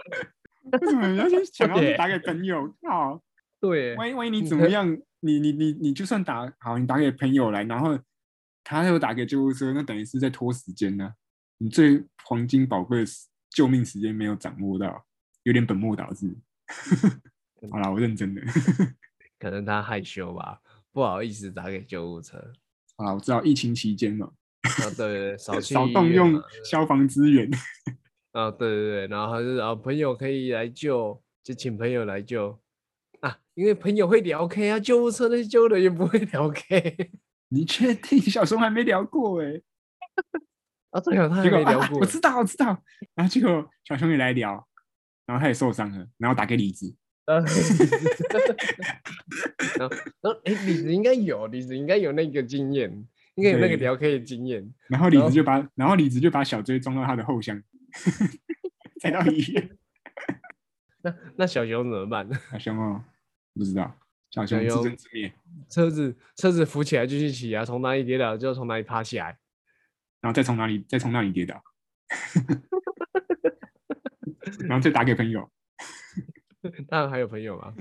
Speaker 1: 为什么你要去想要去打给朋友？靠！
Speaker 2: 对耶，
Speaker 1: 万一万一你怎么样，你你你你就算打好，你打给朋友来，然后他又打给救护车，那等于是在拖时间呢、你最黄金宝贵的时救命时间没有掌握到，有点本末倒置。好啦，我认真的。
Speaker 2: 可能他害羞吧，不好意思打给救护车。啊，
Speaker 1: 好啦，我知道疫情期间嘛，
Speaker 2: 对对对，少去
Speaker 1: 少
Speaker 2: 医
Speaker 1: 动
Speaker 2: 院
Speaker 1: 用
Speaker 2: 嘛
Speaker 1: 消防资源。
Speaker 2: 啊，对对对，然后他就是啊，朋友可以来救，就请朋友来救啊，因为朋友会聊 K 啊，救护车那些救护人员不会聊 K
Speaker 1: 你确定？小时候还没聊过哎、欸，
Speaker 2: 啊，对啊，他还
Speaker 1: 结果
Speaker 2: 没聊
Speaker 1: 啊啊
Speaker 2: 过
Speaker 1: 我知道，我知道。然后结果小熊也来聊，然后他也受伤了，然后打给李子，
Speaker 2: 啊然后然后，然后哎，李子应该有，李子应该有那个经验，应该有那
Speaker 1: 对
Speaker 2: 个聊 K 的经验。
Speaker 1: 然后李
Speaker 2: 然
Speaker 1: 子
Speaker 2: 后
Speaker 1: 就把，然后李子就把小追装到他的后箱， 载到医院。
Speaker 2: 那那小熊怎么办？
Speaker 1: 小熊哦，不知道，小熊
Speaker 2: 小
Speaker 1: 自
Speaker 2: 熊
Speaker 1: 生自灭，
Speaker 2: 车子车子扶起来继续骑啊，从哪里跌倒就从哪里爬起来。
Speaker 1: 然后再从哪里再从哪里跌倒，然后再打给朋友，
Speaker 2: 当然还有朋友嘛，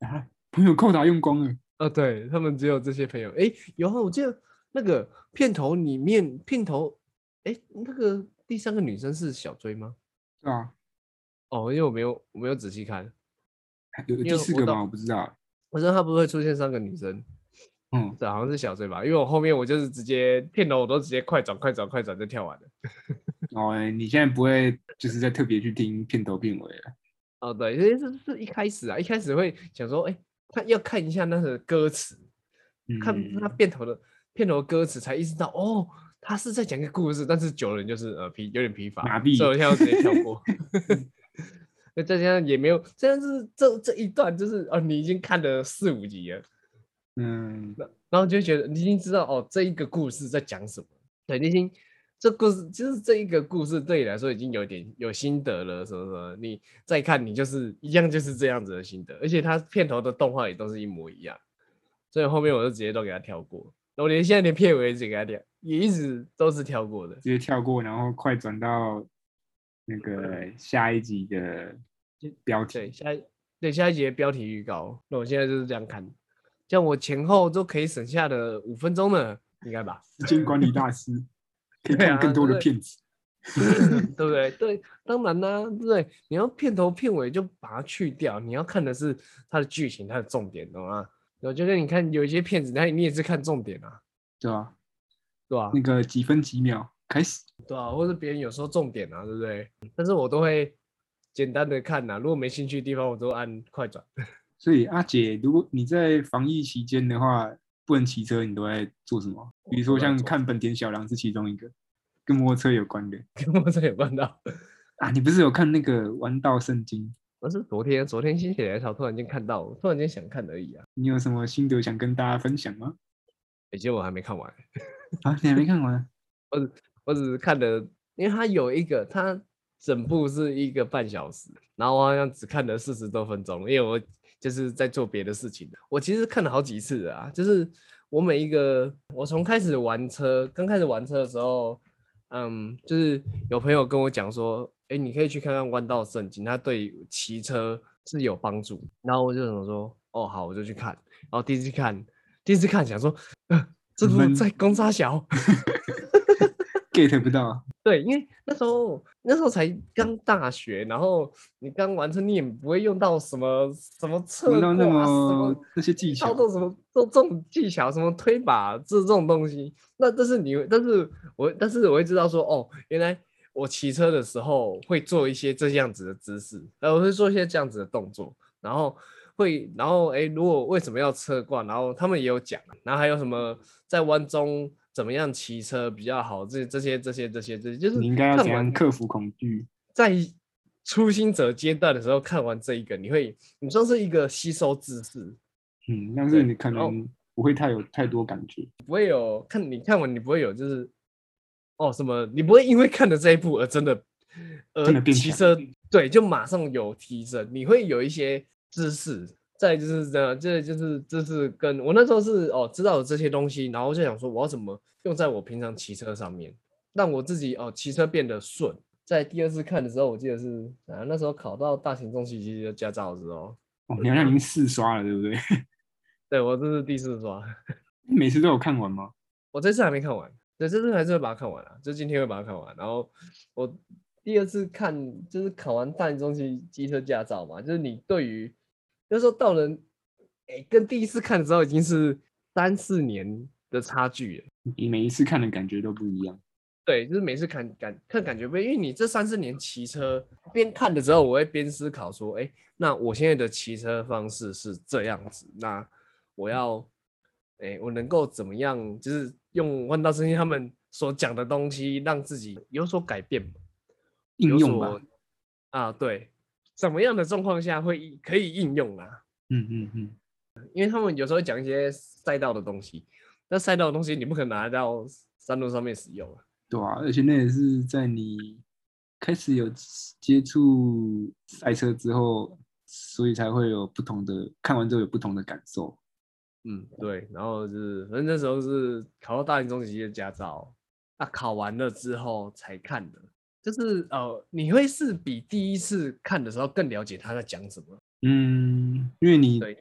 Speaker 1: 啊，朋友扣打用光了，
Speaker 2: 啊，对他们只有这些朋友。哎，有啊，我记得那个片头里面片头，哎，那个第三个女生是小追吗？
Speaker 1: 对啊，
Speaker 2: 哦，因为我没有我没有仔细看，
Speaker 1: 有有
Speaker 2: 因
Speaker 1: 第
Speaker 2: 为
Speaker 1: 四
Speaker 2: 我
Speaker 1: 个
Speaker 2: 到
Speaker 1: 吗？我不知道，
Speaker 2: 我知道她不会出现三个女生。
Speaker 1: 嗯，
Speaker 2: 对，好像是小醉吧，因为我后面我就是直接片头我都直接快转快转快转就跳完了。
Speaker 1: 哦，你现在不会就是在特别去听片头片尾了。
Speaker 2: 哦，对，因为这是一开始啊，一开始会想说，哎、看要看一下那个歌词，看那
Speaker 1: 嗯，
Speaker 2: 片头的片头歌词才意识到，哦，他是在讲一个故事，但是久了你就是呃疲有点疲乏，
Speaker 1: 麻痹
Speaker 2: 所以我现在就直接跳 过。 那再加上也没有，这样是这这一段就是哦，你已经看了四五集了，
Speaker 1: 嗯，
Speaker 2: 然后就觉得你已经知道哦，这一个故事在讲什么，对，你已经这故事就是这一个故事对你来说已经有点有心得了，什么什么，你再看你就是一样就是这样子的心得，而且它片头的动画也都是一模一样，所以后面我就直接都给它跳过，我连现在连片尾也只给它跳，也一直都是跳过的。
Speaker 1: 直接跳过，然后快转到那个下一集的标
Speaker 2: 对，
Speaker 1: 题。
Speaker 2: 下一对下一节标题预告，那我现在就是这样看，这样我前后都可以省下的五分钟呢，应该吧？
Speaker 1: 时间管理大 师可以
Speaker 2: 对
Speaker 1: 看
Speaker 2: 啊
Speaker 1: 更多的
Speaker 2: 对
Speaker 1: 片子。
Speaker 2: 对不对？对，当然啦、对不对？你要片头片尾就把它去掉，你要看的是它的剧情，它的重点，懂吗？我就跟你看有一些片子，那你也是看重点啊，
Speaker 1: 对啊，
Speaker 2: 对吧、
Speaker 1: 那个几分几秒开始。
Speaker 2: 对啊，或者别人有时候重点啊，对不对？但是我都会简单的看呐、如果没兴趣的地方，我都按快转。
Speaker 1: 所以阿姐，如果你在防疫期间的话，不能骑车，你都在做什么？比如说
Speaker 2: 我在
Speaker 1: 像
Speaker 2: 做
Speaker 1: 看本田小狼是其中一个，跟摩托车有关的
Speaker 2: 跟我这有关到，
Speaker 1: 啊。你不是有看那个《弯道圣经》？
Speaker 2: 我是昨天昨天心血来潮，突然间看到，我突然间想看而已啊，
Speaker 1: 你有什么心得想跟大家分享吗？
Speaker 2: 而且我还没看完。
Speaker 1: 啊，你还没看完？
Speaker 2: 我只是看了，因为它有一个，它整部是一个半小时，然后我好像只看了四十多分钟，因为我就是在做别的事情。我其实看了好几次了啊，就是我每一个，我从开始玩车，刚开始玩车的时候，嗯，就是有朋友跟我讲说，哎，你可以去看看《弯道圣经》，它对骑车是有帮助。然后我就想说，哦，好，我就去看。然后第一次看，第一次看想说，呃，这
Speaker 1: 很
Speaker 2: 部
Speaker 1: 闷
Speaker 2: 在攻沙小，
Speaker 1: get 不 到，
Speaker 2: 对，因为那时候那时候才刚大学，然后你刚完成，你也不会用到什么什么策
Speaker 1: 不
Speaker 2: 划，
Speaker 1: 到那
Speaker 2: 啊什么
Speaker 1: 么那些技巧
Speaker 2: 操，作什么做这种技巧，什么推把这这种东西，那但是你，但是我，但是我会知道说，哦，原来我骑车的时候会做一些这样子的姿势，呃，我会做一些这样子的动作，然后会，然后哎，诶如果为什么要侧挂，然后他们也有讲，啊然后还有什么在弯中怎么样骑车比较好，这这些这些这些这些，就是
Speaker 1: 你应该要
Speaker 2: 看
Speaker 1: 怎
Speaker 2: 完
Speaker 1: 样克服恐惧？
Speaker 2: 在初心者阶段的时候看完这一个，你会，你算是一个吸收知识。
Speaker 1: 嗯，但是
Speaker 2: 对哦
Speaker 1: 你可
Speaker 2: 然后
Speaker 1: 能不会太有太多感觉，
Speaker 2: 不会有看你看完你不会有就是哦什么，你不会因为看了这一部而真的
Speaker 1: 真
Speaker 2: 呃
Speaker 1: 的变
Speaker 2: 骑
Speaker 1: 强
Speaker 2: 车对就马上有提升，你会有一些知识。再就是这样，这就是这是跟我那时候是哦知道了这些东西，然后就想说我要怎么用在我平常骑车上面，让我自己哦骑车变得顺。在第二次看的时候，我记得是啊那时候考到大型重骑机的驾照的时候，
Speaker 1: 哦，
Speaker 2: 啊
Speaker 1: 你好像已经四刷了，对不对？
Speaker 2: 对我这是第四啊刷。
Speaker 1: 每次都有看完吗？
Speaker 2: 我这次还没看完，对，这次还是会把它看完啊，就今天会把它看完。然后我第二次看就是考完大型中级机车驾照嘛，就是你对于那时候到人，哎、跟第一次看的时候已经是三四年的差距了。
Speaker 1: 你每一次看的感觉都不一样，
Speaker 2: 对，就是每次看感看感觉不一样因为你这三四年骑车边看的时候，我会边思考说，哎，那我现在的骑车方式是这样子，那我要，哎，我能够怎么样，就是用万道真心他们所讲的东西，让自己有所改变嘛，
Speaker 1: 应
Speaker 2: 有
Speaker 1: 用吧
Speaker 2: 所，啊，对，怎么样的状况下会应可以应用啊？
Speaker 1: 嗯嗯嗯，
Speaker 2: 因为他们有时候会讲一些赛道的东西，那赛道的东西你不可能拿到山路上面使用啊。
Speaker 1: 对啊，而且那也是在你开始有接触赛车之后，所以才会有不同的，看完之后有不同的感受。
Speaker 2: 嗯，对，然后就是，反正那时候是考到大型中级的驾照，啊，考完了之后才看的，就是呃，你会是比第一次看的时候更了解他在讲什么，
Speaker 1: 嗯，因为你
Speaker 2: 对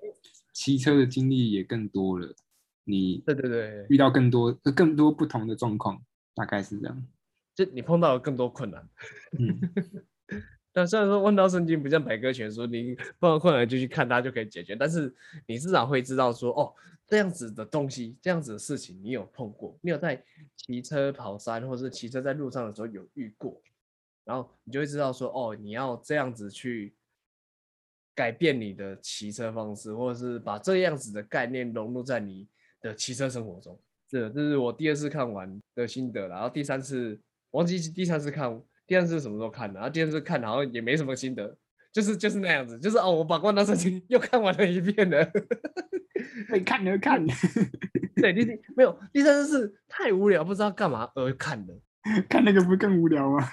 Speaker 1: 骑车的经历也更多了，你
Speaker 2: 对对对，
Speaker 1: 遇到更多呃更多不同的状况，大概是这样。
Speaker 2: 就你碰到了更多困难。
Speaker 1: 嗯，
Speaker 2: 但虽然说问到圣经不像百科全书，你碰到困难就去看它就可以解决，但是你至少会知道说，哦，这样子的东西，这样子的事情你有碰过，你有在骑车跑山或是骑车在路上的时候有遇过，然后你就会知道说，哦，你要这样子去改变你的骑车方式，或者是把这样子的概念融入在你的骑车生活中。这这是我第二次看完的心得啦，然后第三次忘记第三次看，第三次什么时候看的，然啊后第二次看好像也没什么心得，就是就是那样子，就是哦，我把《灌篮圣经》 又看完了一遍了。
Speaker 1: 会哎看的看，
Speaker 2: 对，第第没有第三次是太无聊，不知道干嘛而看的，
Speaker 1: 看那个不是更无聊吗？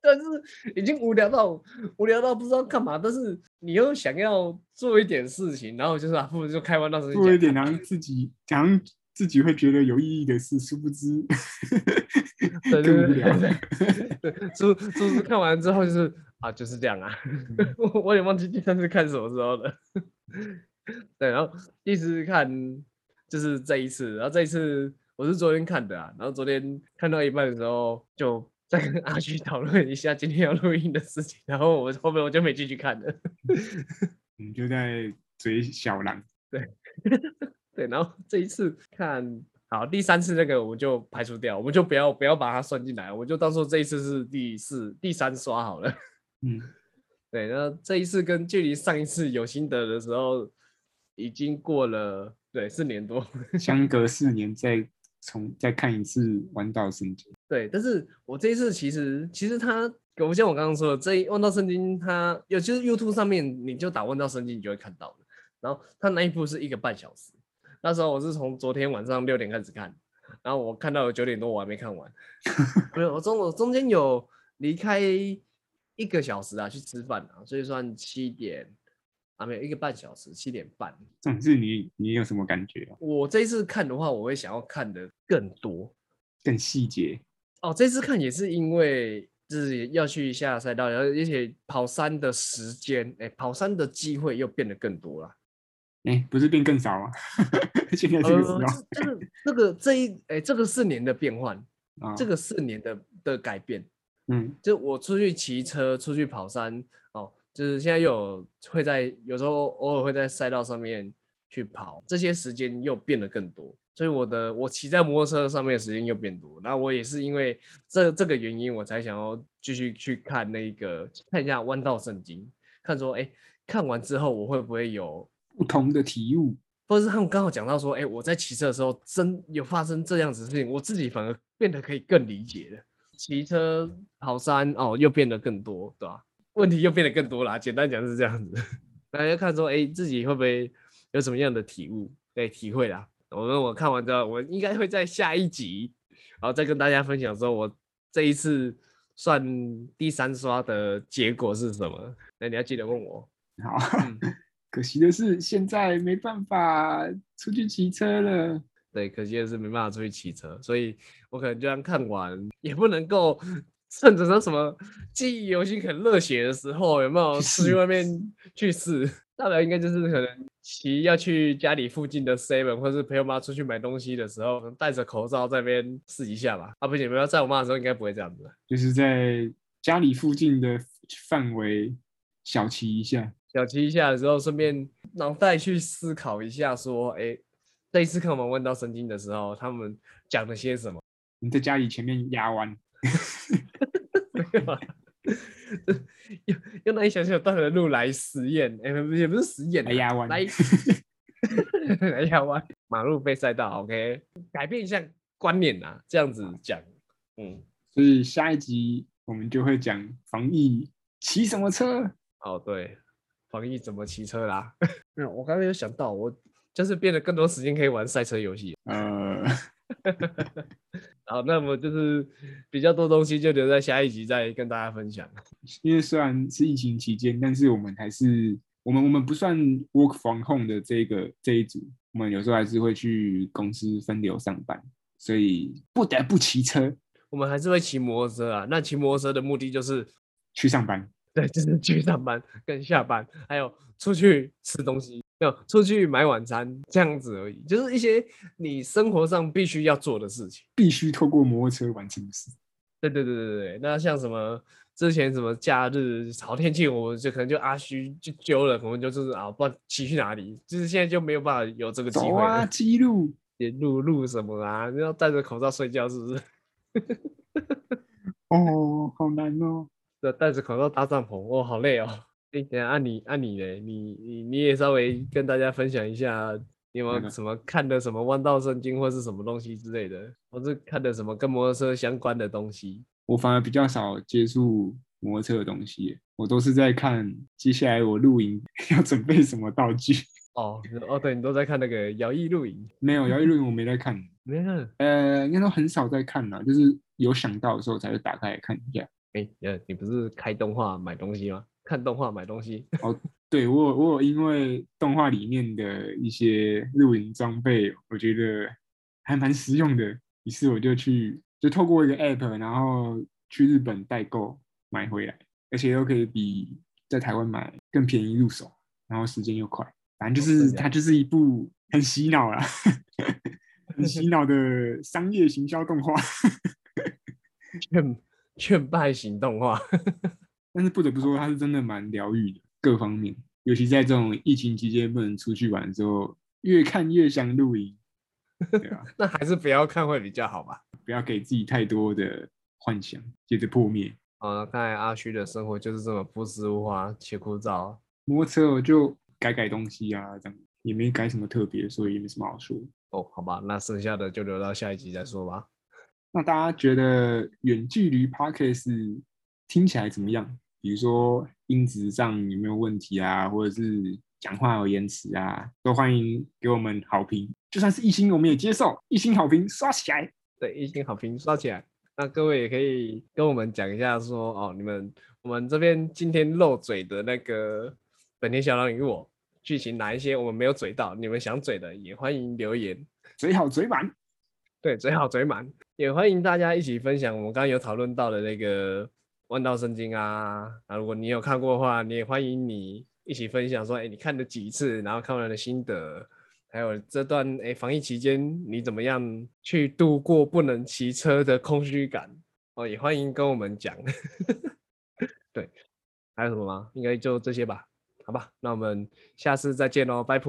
Speaker 2: 但是已经无聊到无聊到不知道干嘛，但是你又想要做一点事情，然后就是啊，不如就开完那时
Speaker 1: 做一点好像自己好像自己会觉得有意义的事，殊不知更
Speaker 2: 对对
Speaker 1: 无聊。
Speaker 2: 对对对，猪猪猪看完之后就是啊，就是这样啊，
Speaker 1: 嗯
Speaker 2: 我我也忘记第三次看什么时候了。对，然后第一次看就是这一次，然后这一次我是昨天看的啊，然后昨天看到一半的时候就 再跟阿旭讨论一下今天要录音的事情，然后我后面我就没继续看了。
Speaker 1: 你嗯就在追小狼，
Speaker 2: 对，然后这一次看好第三次那个我们就排除掉，我们就不要不要把它算进来，我就当做这一次是第四第三刷好了。
Speaker 1: 嗯，
Speaker 2: 对，那这一次跟距离上一次有心得的时候，已经过了对四年多。
Speaker 1: 相隔四年再重再看一次《玩到圣经》，
Speaker 2: 对，但是我这一次其实其实它，我像我刚刚说的，这一《问道圣经》它有就是 YouTube 上面你就打《问道圣经》，你就会看到的。然后它那一部是一个半小时，那时候我是从昨天晚上六点开始看，然后我看到有九点多，我还没看完。没有，我中我中间有离开一个小时啊，去吃饭啊，所以算七点啊，没有一个半小时，七点半。
Speaker 1: 这种事你你有什么感觉啊？
Speaker 2: 我这一次看的话，我会想要看的更多
Speaker 1: 更细节，
Speaker 2: 哦。这次看也是因为就是要去下赛道，然后而且跑山的时间，哎，跑山的机会又变得更多了。
Speaker 1: 哎、不是变更少吗？ 现在这啊个时候
Speaker 2: 呃，这这个这个这一哎，这个四年的变换，
Speaker 1: 啊，
Speaker 2: 这个四年的的改变，
Speaker 1: 嗯
Speaker 2: 就我出去骑车、出去跑山哦，就是现在又有会在有时候偶尔会在赛道上面去跑，这些时间又变得更多，所以我的我骑在摩托车上面的时间又变多。那我也是因为这这个原因，我才想要继续去看那个看一下弯道圣经，看说哎，看完之后我会不会有
Speaker 1: 不同的体悟，
Speaker 2: 或者是他们刚好讲到说，哎、我在骑车的时候真有发生这样子的事情，我自己反而变得可以更理解了。骑车、跑山哦，又变得更多，对吧、问题又变得更多啦。简单讲是这样子， 大家看说，哎、自己会不会有什么样的体悟？对，体会啦。我们我看完之后，我应该会在下一集，然后再跟大家分享说我这一次算第三刷的结果是什么。那你要记得问我。
Speaker 1: 好，
Speaker 2: 嗯
Speaker 1: 可惜的是现在没办法出去骑车了。
Speaker 2: 对，可惜的是没办法出去骑车，所以我可能就算看完，也不能够 趁着那什么记忆犹新、很热血的时候，有没有出去
Speaker 1: 试
Speaker 2: 外面 去试？大不了应该就是可能骑要去家里附近的 seven，或是陪我妈出去买东西的时候，戴着口罩在那边试一下吧。啊，不行，不要在我妈的时候应该不会这样子了，
Speaker 1: 就是在家里附近的范围小骑一下。
Speaker 2: 小骑一下的时候，顺便脑袋去思考一下，说，哎，这一次看我们问到圣经的时候，他们讲了些什么。
Speaker 1: 你在家里前面压弯，
Speaker 2: 对吧？啊用用那一小小段的路来实验，哎、不也不是实验啊，
Speaker 1: 来压弯，
Speaker 2: 来来 压弯，马路被赛道，OK，改变一下观念呐、这样子讲，嗯，
Speaker 1: 所以下一集我们就会讲防疫骑什么车。
Speaker 2: 哦对，防疫怎么骑车啦？没有，我刚刚有想到，我就是变得更多时间可以玩赛车游戏，
Speaker 1: 呃，
Speaker 2: 好，那么就是比较多东西就留在下一集再跟大家分享，
Speaker 1: 因为虽然是疫情期间，但是我们还是我们我们不算 work from home 的这个这一组，我们有时候还是会去公司分流上班，所以不得不骑车
Speaker 2: 我们还是会骑摩托车啊，那骑摩托车的目的就是
Speaker 1: 去上班。
Speaker 2: 对，就是去上班跟下班，还有出去吃东西，没有出去买晚餐这样子而已，就是一些你生活上必须要做的事情。
Speaker 1: 必须透过摩托车完成的事。
Speaker 2: 对对对对对，那像什么之前什么假日好天气，我就可能就阿虚就揪了，可能就是啊，不知道骑去哪里，就是现在就没有办法有这个机
Speaker 1: 走
Speaker 2: 会
Speaker 1: 啊，
Speaker 2: 了，
Speaker 1: 记录
Speaker 2: 连录录什么啊，要戴着口罩睡觉是不是？
Speaker 1: 哦，好难哦。
Speaker 2: 对，戴着口罩搭帐篷，哦，好累哦。 哎，等一下，按、你按、你嘞，你你你也稍微跟大家分享一下，你有没
Speaker 1: 嗯
Speaker 2: 有什么看的什么弯道圣经或是什么东西之类的，或是看的什么跟摩托车相关的东西？
Speaker 1: 我反而比较少接触摩托车的东西耶，我都是在看接下来我露营 要准备什么道具。
Speaker 2: 哦哦，对你都在看那个摇曳露营，
Speaker 1: 没有，要露营我没在看，
Speaker 2: 没看？
Speaker 1: 呃，应该都很少在看啦，就是有想到的时候才会打开来看一下。
Speaker 2: 哎，呃，你不是开动画买东西吗？看动画买东西，
Speaker 1: 对我有，我有因为动画里面的一些露营装备，我觉得还蛮实用的，于是我就去就透过一个 app，然后去日本代购买回来，而且又可以比在台湾买更便宜入手，然后时间又快，反正就
Speaker 2: 哦
Speaker 1: 是
Speaker 2: 这样
Speaker 1: 它就是一部很洗脑啦， 很洗脑的商业行销动画。
Speaker 2: 劝劝败型动画。
Speaker 1: 但是不得不说，它是真的蛮疗愈的，各方面，尤其在这种疫情期间不能出去玩的时候，越看越想露营，对啊，
Speaker 2: 那还是不要看会比较好吧。
Speaker 1: 不要给自己太多的幻想，接着破灭。
Speaker 2: 哦，看来阿虚的生活就是这么朴实无华且枯燥。哦
Speaker 1: 摩托车我就改改东西啊，这样也没改什么特别，所以也没什么好说。
Speaker 2: 哦，好吧，那剩下的就留到下一集再说吧。
Speaker 1: 那大家觉得远距离 podcast 听起来怎么样？比如说音质上有没有问题啊，或者是讲话有延迟啊，都欢迎给我们好评。就算是一星，我们也接受，一星好评刷起来。
Speaker 2: 对，一星好评刷起来。那各位也可以跟我们讲一下说，哦，你们我们这边今天漏嘴的那个本田小狼与我剧情哪一些我们没有嘴到，你们想嘴的也欢迎留言。
Speaker 1: 嘴好嘴满，
Speaker 2: 对，嘴好嘴满，也欢迎大家一起分享我们刚刚有讨论到的那个《弯道圣经》啊。啊，如果你有看过的话，你也欢迎你一起分享说，哎，你看了几次，然后看完的心得，还有这段哎防疫期间你怎么样去度过不能骑车的空虚感哦，也欢迎跟我们讲。 对，还有什么吗？应该就这些吧，好吧，那我们下次再见喽，拜拜。